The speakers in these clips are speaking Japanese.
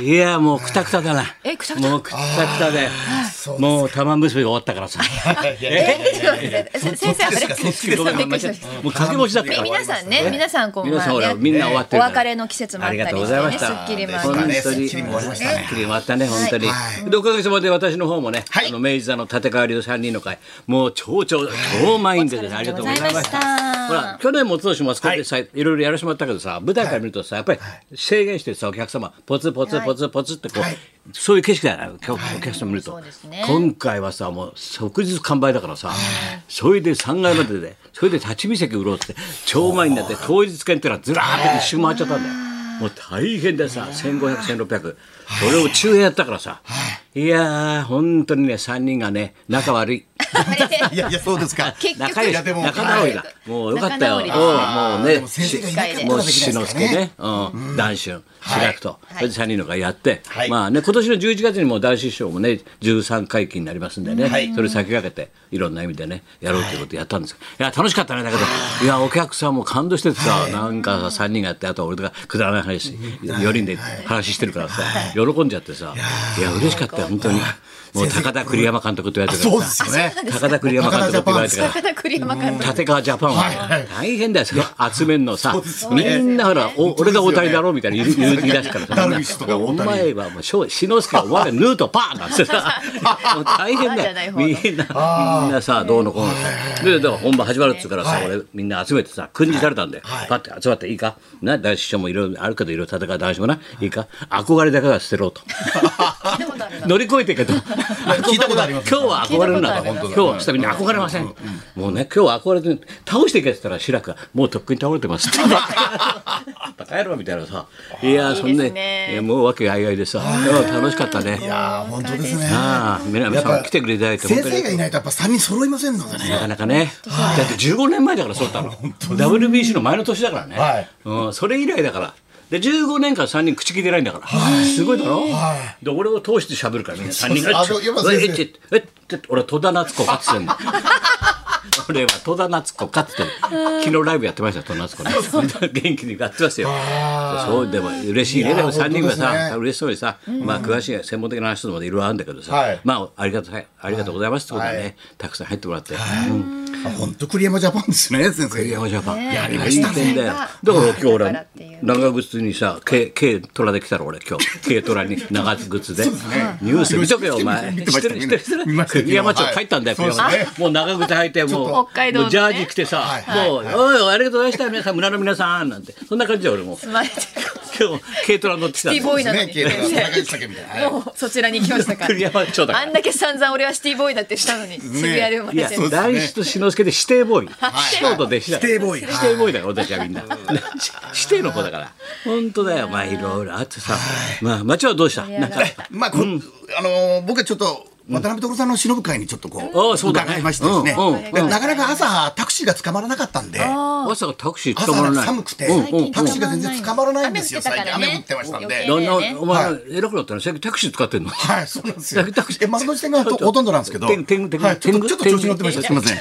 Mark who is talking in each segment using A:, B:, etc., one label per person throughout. A: いやもうくたくただな。
B: えくたくた
A: もうくたくたで、もう玉結び終わった からさ。
B: え先生あれ
A: そっちごめんごめんもう掛け持ちだったから。
B: 皆さんね皆さんこう
A: 皆さんほ
B: ま
A: ら
B: あね
A: みんな終わってる
B: お
A: から
B: 別れの季節もあ
A: あ
B: っ
A: り
B: た
A: がとう
B: り
A: ご
B: し
A: ざい
B: て
A: ま
B: ね
A: し
B: す
A: た。
B: っきりもあ
A: 本
B: っ
A: 当
B: たり
A: に。
C: すっきりもありましたね
A: すっきりもあったね、本当に。で、おかげさまで私の方もね、あの、明治座の建て替わりの3人の会、もう超超、超満員でですね、ありがとうございました。ほら、去年もおととしもあそこでさ、いろいろやらせてもらったけどさ、舞台から見るとさ、やっぱり制限してさ、お客様、ポツポツポツポツってこう、そういう景色だよね、お客様見ると
B: そうですね。
A: 今回はさもう即日完売だからさそれで3階まででそれで立ち見席売ろうって超前になって当日券ってのはずらーっと一周回っちゃったんだよもう大変でさ15001600それを中編やったからさいやー本当にね3人がね仲悪い
C: いやいやそうです か。
B: 結局
A: 仲良し
C: いやでも
A: 仲直りだもうよかったよ
B: 仲直りですね
A: うんもう
C: で
A: ね
C: も先生がいなかった
A: もう
C: わけじ
A: 志
C: ゃな
A: の
C: いです
A: 輔
C: かね。
A: ね、うん、談春、白くと、それで三人のがやって、
C: はい
A: まあね、今年の11月にも男子師匠もね、13回忌になりますんでね、
C: はい
A: それ先駆けて、いろんな意味でね、やろうということやったんですけど、い、や、楽しかったね、だけど、いや、お客さんも感動しててさ、なんかさ、3人がやって、あとは俺とかくだらない話、4人で話してるからさ、喜んじゃってさ、いや、嬉しかったよ、本当に。もう高田栗山監督とやって
C: そうで
A: さ
C: すよね。
A: 高田栗山監督って言われてから
B: 高田栗山監督
A: 立川ジャパンは大変だよ、それ集めんのさ、みんなほら、お俺が大谷だろうみたいな言う言い出すから
C: ダルビッシュとか
A: お
C: 大谷
A: 前はもう、しょ志の輔、お前はヌートパーなんてさ、もう大変
B: じゃ
A: だ
B: ない
A: よ、
B: 方の
A: みんな、みんなさ、どうのこうのさ、で、だから本番始まるっつうからさ、俺、みんな集めてさ、訓示されたんで、パって集まっていいか、な、男子師匠もいろいろあるけど、いろいろ戦う男子もな、いいか、憧れだけは捨てろと。
B: 聞いたことある な
A: 乗り越えていけど
C: 聞いたことあります
A: 今日は憧れるなと
B: 聞いたことありま
A: 今日は下に憧れません、もうね今日は憧れて倒していけって言ったら白くもうとっくに倒れてます バカ野郎みたいなさいやーそん
B: いいで
A: ね
B: すね
A: いやもうわけあいあいでさうん楽しかったね
C: いやー本当ですね。
A: ああ南さん来てくれていただいて本
C: 先
A: 当に
C: 生がいないとやっぱ三人揃いませんので
A: な
C: ね。
A: かなかねだって15年前だからそうだったの WBC の前の年だからね、
C: はい
A: うん、それ以来だからで15年間3人口聞いてないんだから、すごいだろ、で俺を通して喋るからね3人が
C: あそうやっぱ
A: え
C: 先生
A: えってえって俺は戸田夏子かつて んの俺は戸田夏子かつてんの昨日ライブやってました戸田夏子ね元気にやってますよそうでも嬉しいね
C: い
A: で
C: や
A: も3人が
C: 本当で
A: さ、
C: すね
A: 嬉しそうにさ、まあ詳しい専門的な話とかまでいろいろあるんだけどさ、
C: はい
A: まあありがたいありがとうございますってことでね、
C: はい
A: たくさん入ってもらって、うん
C: あ本当栗山ジャパンですね先生。
A: 栗山ジャパン。
B: やり
C: ました
A: 大変
B: ね
A: だよ。だから今日
B: だから
A: 俺
B: っていう、
A: 長靴にさ、軽、軽トラで来たら俺今 日、軽トラに長靴で。ニュース見とけよ、お前。知
C: 見てま
A: っ
C: して
A: る、
C: たね
A: 知ってる、知ってる
C: 見ました。よ
A: 栗山町
C: はい
A: 帰ったんだよ、
C: そうですね
A: 栗山町もう長靴履いて、もう、
B: 北海道の
A: も
B: ね
A: うジャージ着てさ
C: はい、はい
A: もう、おいおい、ありがとうございました、皆さん、村の皆さん、なんて。そんな感じで俺も、
B: まあシ
A: 今日、軽トラ乗ってきたん
B: テ
A: だ
B: ィボーイなの
C: ね
B: に
C: 経営の中でしたけみたいな。はい
B: もうそちらに行きましたか
A: 栗山町だから
B: あんだけ散々俺はシティボーイだってしたのに渋谷で生ま
A: い
B: れ
A: や
B: て
C: うですね
A: 大師と志の輔で指定ボーイ
C: い
A: 師匠と弟子だから
C: 指定ボーイ
A: 指定ボーイだから私はみんな し指定の子だから本当だよまあいろいろあってさまあ町はどうしたなんか
C: まあこあのー僕はちょっと。渡辺徹さんの忍ぶ会にちょっとこ
A: ああ
C: う
A: そうだね
C: 伺いましてですね、
A: うんうん
C: でなかなか朝タクシーが捕まらなかったんで
A: 朝タクシー
C: 朝
A: 捕まらない
C: 寒くて、
A: うんうんうん
C: タクシーが全然捕まらないんですよ
B: 雨降ってたからね
C: 最近雨降ってましたんで
B: 余計
A: 旦
B: ね
A: 那お前偉くなったの最近タクシー使ってんの
C: はい、そうなんですよ。
A: タクシー
C: え、丸の時点がほとほとんどなんですけど。
A: 天天天
C: はい、ちょっとちょ
A: 天
C: っと調子乗ってました。すみ ませ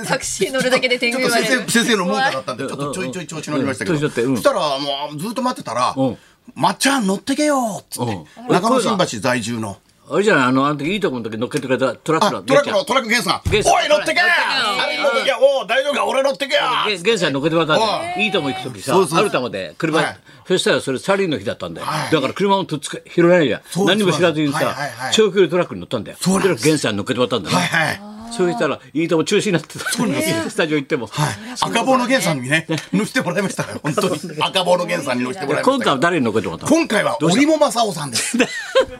C: ん。せ
B: タクシー乗るだけで天
C: ちょ
B: 狗
C: っと
B: 言われる
C: 先生先生の文句だったんで、ちょっとちょいちょい調子乗りましたけど。
A: 調子乗ってうん
C: そしたらもうずっと待ってたら
A: うん、
C: まっちゃん乗ってけよっつっ
A: うん
C: て。中野新橋在住の。
A: あれじゃないあのあの時いいとこの時乗っけてくれたトラッ
C: あ、
A: クの
C: トラックのトラックゲンさん。お
A: ゲン
C: い
A: さん
C: 乗ってけよ。あれ乗ってけよ。おう大丈夫か俺乗ってけよ。
A: げ現在乗っけてもらったん
C: は
A: でいいとも行く時さ
C: そうそうそう
A: あるたまで車、
C: はい
A: そしたらそれサリンの日だったんだよ、
C: はい
A: だから車もとっつけ拾えないじゃん
C: そうです
A: 何も知らずにさ、
C: はいはいはい
A: 長距離トラックに乗ったんだよ
C: そうなんです
A: そしたら現在乗っけてもらったんだよ、
C: はいはい。
A: そうしたらいいとも中止になってたスタジオ行っても、
C: はい、赤棒のゲンさん にね、乗せてもらいましたよ。本当に。赤棒のゲンさんに乗せてもらいました
A: 今
C: けど。
A: 回は誰に乗っけてもらったの
C: 今回は折茂正夫さ んです。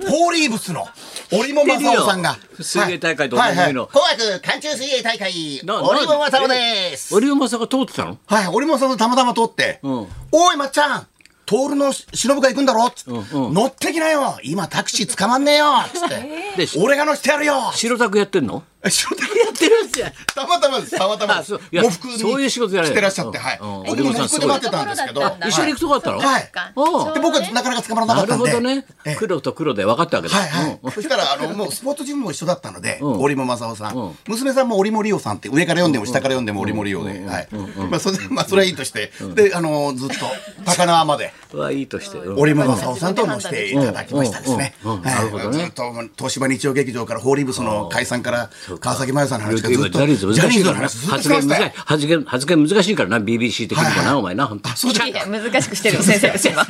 C: ホーリーブスの折茂正夫さんが
A: 知ってるよ。水泳大会と同じの
C: はいはい紅白寒中水泳大会、
A: な
C: 折茂正夫です。
A: 折馬さんが通ってたの
C: はい、折茂正夫たまたま通って、
A: うん
C: おい、まっちゃん徹の忍が行くんだろっつって、
A: うんうん
C: 乗 ってきなよ今タクシー捕まんねえよっつって、
A: でし
C: 俺が乗せてやるよ
A: 白タクやってんの
C: え仕事
A: やってるんですよ。
C: たまたまです。たまたま
A: あ
C: で
A: そ
C: す
A: う。いや
C: 喪服に
A: そういう仕事じゃない
C: 来てらっしゃって、はい。
A: うんうん
C: 僕も喪服で待ってたんですけど、
B: お嬢さんすごい
A: 一緒に行くとこだったの
C: はい
B: か
A: おう
C: で僕はなかなか捕まらなか
A: な
C: っ
A: る
C: たん
A: ほ
C: で。
A: どね
C: ええ。
A: 黒と黒で分かったわけだ。
C: はいはい、
A: うん
C: そしたらあのもうスポーツジムも一緒だったので、
A: うん
C: 折茂正夫さん、
A: うん
C: 娘さんも折茂リオさんって上から読んでも下から読んでも折茂リオで、はい、まあそれまあそれはいいとして、であのずっと高輪まで
A: はいいとして。うん
C: 折茂正夫さんと乗せていただきましたですね。
A: うんうんうんうん
C: はい
A: なるほどね
C: ずっと東芝日曜劇場からホーリーブスの解散から川崎麻世さんの話からず
A: 今
C: っ
A: ジ
C: と
A: ャニーズ難しいからな。
C: ずっと
A: 発
C: してま
A: 言
C: し
A: 難し
C: た
A: い
C: よ。
A: 発言、発言難しいからな、BBC 的にも
C: はいは
A: な、
C: い
A: お前な、本当
C: あそうだ
B: いや難しくしてる先生です今。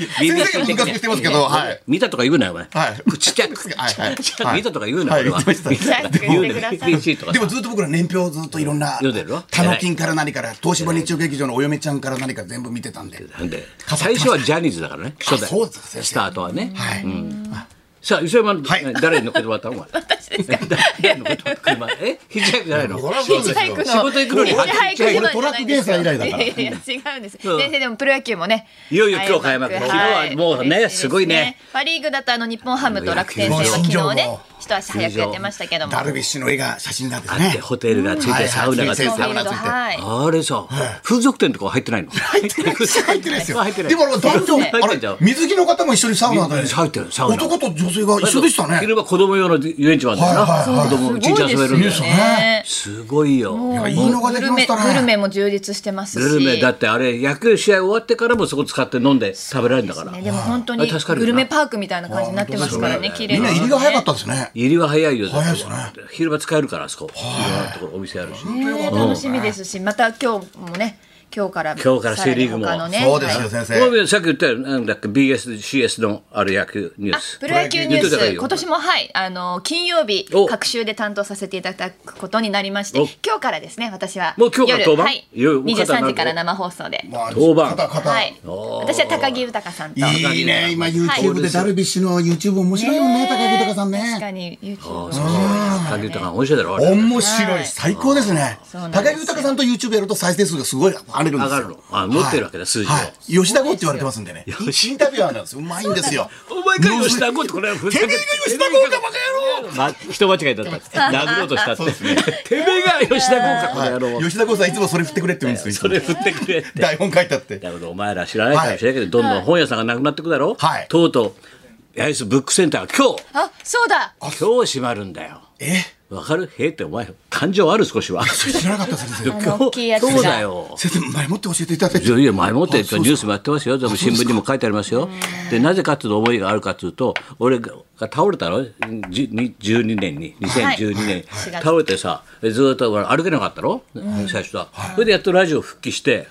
C: 先生が難しくしてますけど、はい。
A: 見たとか言うなよ、お前。
C: はい
A: ちっちゃく、
C: はいはい
A: ちっちゃく見たとか言うな、
C: はい
A: 俺は。
C: はい言ってまし
A: 見
C: た
A: たとか言うな
B: でも
A: BBC とか
C: で
A: さ
C: もずっと僕ら年表をずっといろんな
A: 読んでるの
C: タノキンから何から東芝日曜劇場のお嫁ちゃんから何から全部見てたんで
A: なんで
C: ました
A: 最初はジャニーズだからね、初代。
C: あそうですよ
A: スタートはね。
C: はい、
A: さあ、磯山、
C: はい
A: 誰に乗っけてもらったのお前。
B: 私ですか。
A: 誰に乗っけてもらった車。えヒッチハイクじゃないの
C: そりゃそうですよ
B: の
A: 仕事行くのに
B: ヒッチハイク
A: 俺
C: トラックゲーサー以来だから
B: いやいや違うんです。
A: うん
B: 先生でもプロ野球もね。
A: いよいよ今日開幕
B: はい
A: 昨日はもうね
B: 嬉しいです
A: ごいね。
B: パリーグだとあの日本ハムと楽天戦は昨日ね一足早くやってましたけども。
C: ダルビッシュの絵が写真なんです
A: あって
C: ね
A: ホテルがつい
C: はい
A: て、
C: はい
A: サウナがつい
C: 先
A: て
C: 生。サウナついて
B: はい。
A: あれさ、風俗店とかは入ってないの入ってない。
C: 入ってないですよ
A: 入ってない
C: でもあの男女
A: 入
C: あ
A: ってん
C: れ
A: じゃん
C: 水着の方も一緒にサウナで
A: 入ってるサウナ
C: 男と女性が一緒でしたね
A: 昼間子供用の遊園地もあるんだよ
C: はいはいは
A: な。
C: い
A: 子供、ちんちゃん遊べるんだよ
C: すごいですよね。
A: すごいよ。
C: いやいいのが
B: グ
C: でき
B: ル
C: ま
B: メ
C: したね
B: グルメも充実してますし。
A: グルメだってあれ、野球試合終わってからもそこ使って飲んで食べられるんだから。
B: ねでも本当
A: あ
B: に
A: れ助かるよな
B: グルメパークみたいな感じになってますからね、綺麗
C: みん
B: で
C: な
B: す
C: 入りが早かったですね
A: 入りは早いよ。
C: 早いですね
A: 昼間使えるから、あそこ。いろんなところお店あるし。
B: ね楽しみですし、また今日もね、今日から
A: 今日からセリーグも
B: さらに他のね
C: そうです
B: は
A: ご
B: い
C: よ先生
A: めんさっき言ったよなんだっけ BS、CS のある野球ニュー
B: あ
A: ス。
B: プロ野球ニュ
A: 言っといた方が
B: ー
A: いい
B: ス
A: よ
B: 今年もはいあの金曜日
A: お
B: 各週で担当させていただくことになりまして
A: お
B: 今日からですね私は
A: もう今日から
B: 夜
A: 登板
B: はい
A: いよいよ
B: 二
A: 肩に
B: 十
A: なる
B: 三時から生放送で
C: まあ
A: 当番
C: 肩肩
B: はい私は高木豊さんと
C: いいね今 YouTube でダルビッシュの YouTube 面白いもんね高木豊さん
B: 確か
C: ね
B: に YouTube
A: 高木豊が面白いだろ、あれ。
C: 面白い最高ですね
B: うな
C: 高
B: んですよ
C: 木豊さんと YouTube やると再生数がすごい上がるんで
A: 上
C: す
A: がる
C: よ
A: の。あ、持ってるわけだ、数字を。
C: はい、吉田剛って言われてますんでね。インタビュアーなんですよ。うまいんですよ。
A: お前から吉田剛ってこれはふざけて
C: てめえが吉田剛かバ
A: カ野郎人間違いだった殴ろうとしたっててめえが吉田剛かバカ野郎
C: 吉田剛さんいつもそれ振ってくれって言うんですよいつ
A: そ
C: も。
A: れ振ってくれって
C: 台本書いてあって。
A: だけどお前ら知らないかもしれないけどどんどん本屋さんがなくなってくだろ
C: はい
A: とうとう八重洲ブックセンターが今日
B: あそうだ
A: 今日閉まるんだよ
C: え、
A: わかるへえってお前感情ある少しは
C: 知らなかったです
A: 今
C: 先
A: 日
B: 大きいやつが
A: 今日だよ
C: 生。先生前もって教えていただいて。
A: いやいや前もってニ
C: あ
A: ュ
C: そう
A: ースもやってますよでも新聞にも書いてありますよでなぜかっていうと思いがあるかというと俺が倒れたのじに12年に2012年に
B: はい
A: 倒れてさずーっとほら歩けなかったろ最初はそれでやっとラジオ復帰して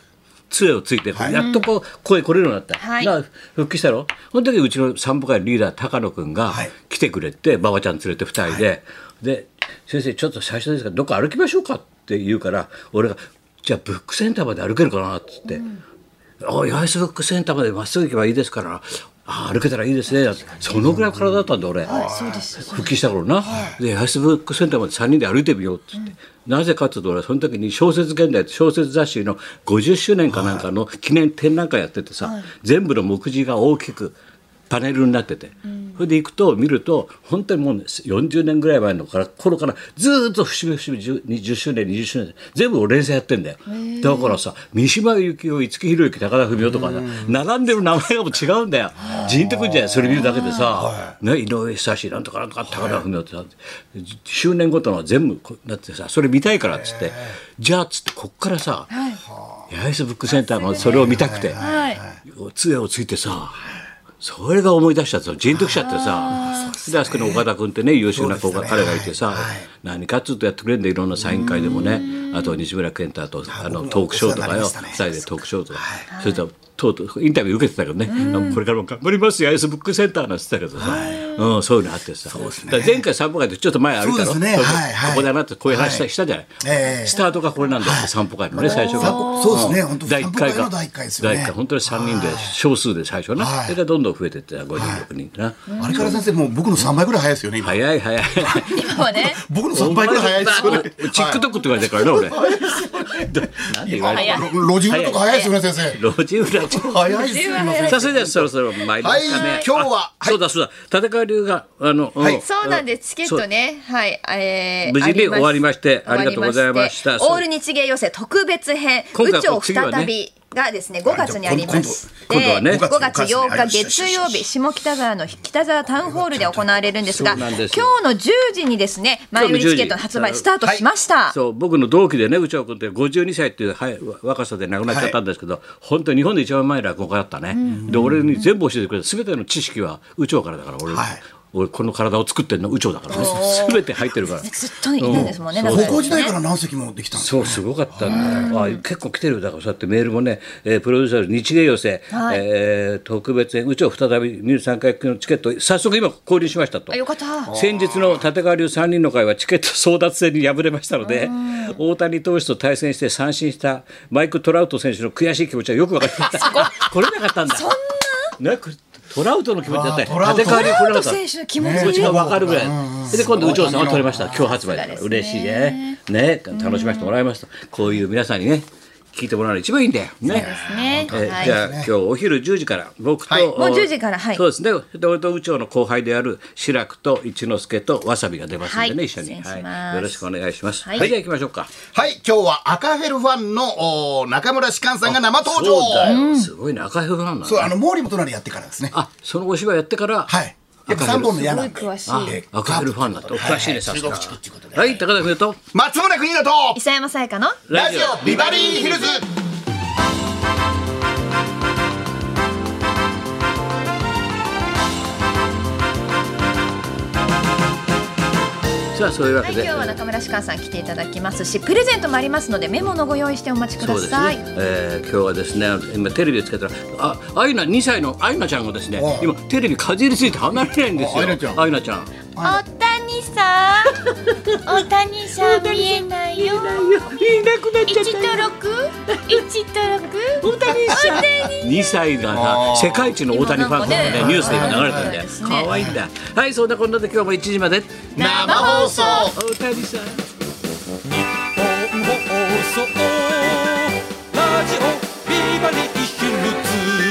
A: 杖をついてやっとこう声来れるようになった
B: はい
A: だから復帰したろその時うちの散歩会のリーダー高野君が
C: はい
A: 来てくれて馬場ちゃん連れて2人でで先生ちょっと最初ですからどっか歩きましょうかって言うから俺がじゃあブックセンターまで歩けるかなっつって。あ八重洲ブックセンターまでまっすぐ行けばいいですからあ歩けたらいいですねなんてそのぐらいの体だったんだ俺、
B: そうです
A: 復帰した頃な、で八重洲ブックセンターまで3人で歩いてみようって言って、なぜかっていうと俺はその時に小説現代って小説雑誌の50周年かなんかの記念展覧会やっててさ、全部の目次が大きくパネルになってて、それで行くと見ると本当にもうね40年ぐらい前のから頃からずーっと節目節目 10, 20周年20周年全部俺連載やってんだよだからさ三島由紀夫五木ひろゆき高田文夫とかさ並んでる名前がもう違うんだよじんとくんじゃないそれ見るだけでさ、ね、井上久志なんとかなんとか高田文夫ってさ周年ごとの全部こうなってさそれ見たいからっつってじゃあっつってこっからさ八重洲ブックセンターのそれを見たくて。
B: はい
A: 杖をついてさそれが思い出しちゃったのジーンときちゃってさであそこに岡田君ってね優秀な子が彼がいてさ何かっつうとやってくれるんでいろんなサイン会でもねあと西村健太とあのトークショーとか
C: お世話になり
A: よ
C: ましたね
A: 2人でトークショーとかそれととうとうインタビュー受けてたけどねこれからも頑張りますよアイスブックセンターなんて言ってたけどさうんそういうのあってさだから前回散歩会でちょっと前歩いたろ
C: そ
A: こ
C: うですねはいはい
A: こだなってこういう話したしたじゃない
C: ええ
A: スタートがこれなんだよって散歩会のね最初が
C: 散歩そうですね本当
A: 第1回
C: 散歩会
A: が
C: の第一回ですよね
A: 第一回本当に3人で少数で最初な、
C: はい
A: それがどんどん増えていって56人な、
C: あれから先生もう僕の3倍ぐらい早いですよね今。
A: 早い 早い
B: 今はね
C: 僕の3倍ぐらい早いですよね。
A: TikTok って言われてるからね俺どなんで言われて
B: 早
A: る
B: い
C: 路地裏とか早いですよね先生。
A: 路地裏
C: 早いですよ。
A: さあそれではそろそろ参りますかね、
C: はい今日は
A: あそうだそうだ戦い川流があの、
B: は
A: う
B: い、
A: ん
B: そうなんです。チケットね、はい、えー
A: 無事に終わりまして
B: あ
A: ありがとうございました
B: 終わりましてオール日芸寄せ特別編、
A: 今
B: 宇
A: 回
B: 宙
A: お次はね
B: 再び。がですね、5月にありまして、
A: 今度今度はね
B: 5月8
C: ありま
B: 日
C: した
B: 月曜日、下北沢の北沢タウンホールで行われるんです
A: そ
B: が、
A: うな
B: 今
A: ん
B: 日
A: ですよ
B: の10時にですね、前売りチケットの発売スタートしました。
A: そう僕の同期でね宇宙君って52歳っていう、はい、若さで亡くなっちゃったんですけど、本当に日本で一番前の落語家だったね、で俺に全部教えてくれた全ての知識は宇宙からだから俺,、
C: はい
A: 俺この体を作ってるの宇宙だからね全て入ってるから。
B: ずっといるんですもんね、
A: うん
B: 中井さん
C: 高
B: ね
C: 校時代から何席もできたんです
A: そうすごかったんだよあ結構来てるだからそうやってメールもね、えープロデューサーの日芸寄せ、
B: はい
A: えー特別編「宇宙再び入参回のチケット早速今購入しました」と
B: あ。よかった。
A: 先日の立川流3人の会はチケット争奪戦に敗れましたので大谷投手と対戦して三振したマイク・トラウト選手の悔しい気持ちはよく分かりました。来れなかったんだ。ねこれトラウトの気持ちだったよ
C: あートラウト
A: 立川流来
B: ト
A: れ
B: ラ
A: なか
B: ウ
A: っ
B: ト
A: た。
B: 選手の気持ち
A: 気持ち
B: ね
A: が分かるぐらい、で今度宇宙さんを取りました今日発売だから
B: さすがで
A: 嬉
B: す
A: しい
B: ね
A: ねね楽しませてもらいましたこういう皆さんにね聞いてもらうのが一番いいんだよね
B: ね
A: えー
B: はい
A: じゃあ今日お昼10時から僕と、
C: はい
B: もう10時からはい
A: そうですねで俺と宇宙の後輩である志らくと一之輔とわさびが出ますんでね、
B: はい
A: 一緒に、
B: 出演します
A: はい、よろしくお願いしますは、
B: はいい
A: じゃあ行きましょうか
C: はい、今日は赤フェルファンのおー中村芝翫さんが生登場。
A: そうだよ、すごいね赤いファンなん
C: そう、
A: だ
C: あの毛利元就やってからですね。
A: あそのお芝居やってから
C: はい。やっぱ三本の矢なんで。
B: すごい詳しい
A: あ
C: えー
A: 赤ヘルファンだとおかしいねさすが
C: 中国地区っていうことで
A: はい高田君と
C: 松村邦洋と。
B: 磯山さやかの
C: ラジオビバリーヒルズ。
A: さあそういうわ
B: は
A: け
B: い、
A: で、
B: 今日は中村芝翫さん来ていただきますし、プレゼントもありますのでメモのご用意してお待ち
A: そ
B: くだ
A: うです
B: さい。
A: ね、えー、今日はですね今テレビをつけたらあアイナ2歳のアイナちゃんがですね
C: はい
A: 今テレビかじりついて離れないんですよ
C: あアイナちゃん
A: アイナちゃん
D: お谷さん、 お谷さん見えないよ。
A: いなくなっ
D: 一と六、 一と六。お谷さん。
A: 2歳がな
C: あー
A: 世界一の大谷ファンがね
B: 今なんかね
A: ニュースで今流れたんだよ
B: はいそうですね
A: 可愛いんだはいそんなこんなで今日も1時まで
C: 生放送。
A: 大谷さん
E: 本放送ラジオビバリーヒルズ」